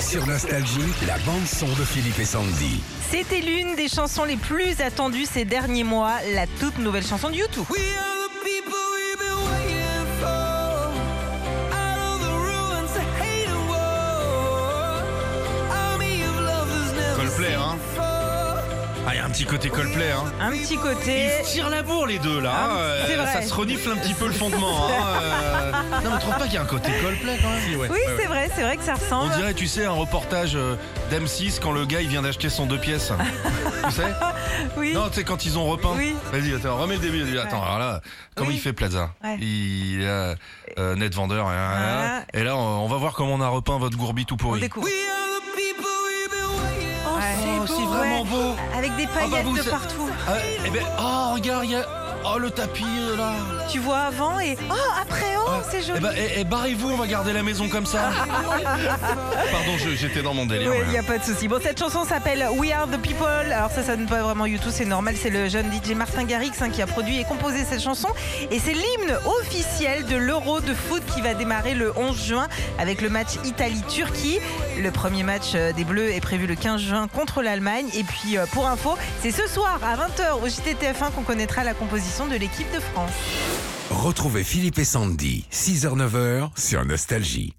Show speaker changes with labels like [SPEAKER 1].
[SPEAKER 1] Sur Nostalgie, la bande-son de Philippe et Sandy.
[SPEAKER 2] C'était l'une des chansons les plus attendues ces derniers mois, la toute nouvelle chanson de YouTube.
[SPEAKER 3] We are the people we've been waiting for. Out of the ruins, a hate and war. Army of lovers never
[SPEAKER 4] Coldplay,
[SPEAKER 3] seen
[SPEAKER 4] hein.
[SPEAKER 3] before.
[SPEAKER 4] Ah, il y a un petit côté Coldplay. Hein.
[SPEAKER 2] Un petit côté.
[SPEAKER 4] Ils se tirent la bourre les deux là.
[SPEAKER 2] Ah,
[SPEAKER 4] hein, euh,
[SPEAKER 2] c'est vrai.
[SPEAKER 4] Ça se renifle un petit peu le fondement. hein, euh. Non mais trouve pas qu'il y a un côté Coldplay quand même.
[SPEAKER 2] Oui, c'est vrai, c'est vrai que ça
[SPEAKER 4] On
[SPEAKER 2] ressemble.
[SPEAKER 4] dirait, tu sais, un reportage euh, d'M6 quand le gars il vient d'acheter son deux pièces. tu sais
[SPEAKER 2] Oui.
[SPEAKER 4] Non, tu sais, quand ils ont repeint.
[SPEAKER 2] Oui.
[SPEAKER 4] Vas-y, attends, remets le début. Il dit, Attends, alors là, comment
[SPEAKER 2] Oui.
[SPEAKER 4] il fait Plaza
[SPEAKER 2] Ouais.
[SPEAKER 4] Il a euh, net vendeur. et-
[SPEAKER 2] Ah.
[SPEAKER 4] Et là, on on va voir comment on a repeint votre gourbi tout
[SPEAKER 2] On
[SPEAKER 4] pourri.
[SPEAKER 2] découvre.
[SPEAKER 3] We are the people we've been waiting
[SPEAKER 2] Oh,
[SPEAKER 4] Oh, c'est
[SPEAKER 2] beau,
[SPEAKER 4] vraiment
[SPEAKER 2] ouais.
[SPEAKER 4] beau.
[SPEAKER 2] Avec des
[SPEAKER 4] Ah
[SPEAKER 2] paillettes
[SPEAKER 4] bah vous,
[SPEAKER 2] de
[SPEAKER 4] c'est-
[SPEAKER 2] partout.
[SPEAKER 4] Ah, eh ben, oh, regarde, il y a. Oh, le tapis euh, là.
[SPEAKER 2] Tu vois avant et. Oh, après, oh, c'est
[SPEAKER 4] Eh
[SPEAKER 2] joli.
[SPEAKER 4] ben, eh, eh, barrez-vous, on va garder la maison comme ça. Pardon, je- j'étais dans mon délire.
[SPEAKER 2] Oui, il
[SPEAKER 4] mais-
[SPEAKER 2] n'y a pas de souci. Bon, cette chanson s'appelle We Are the People. Alors, ça, ça ne pas vraiment YouTube, c'est normal. C'est le jeune DJ Martin Garrix hein, qui a produit et composé cette chanson. Et c'est l'hymne officiel de l'Euro de foot qui va démarrer le 11 juin avec le match Italie-Turquie. Le premier match euh, des Bleus est prévu le 15 juin contre l'Allemagne. Et puis, euh, pour info, c'est ce soir à 20h au JTTF1 qu'on connaîtra la composition de l'équipe de France.
[SPEAKER 1] Retrouvez Philippe et Sandy, 6h-9h sur Nostalgie.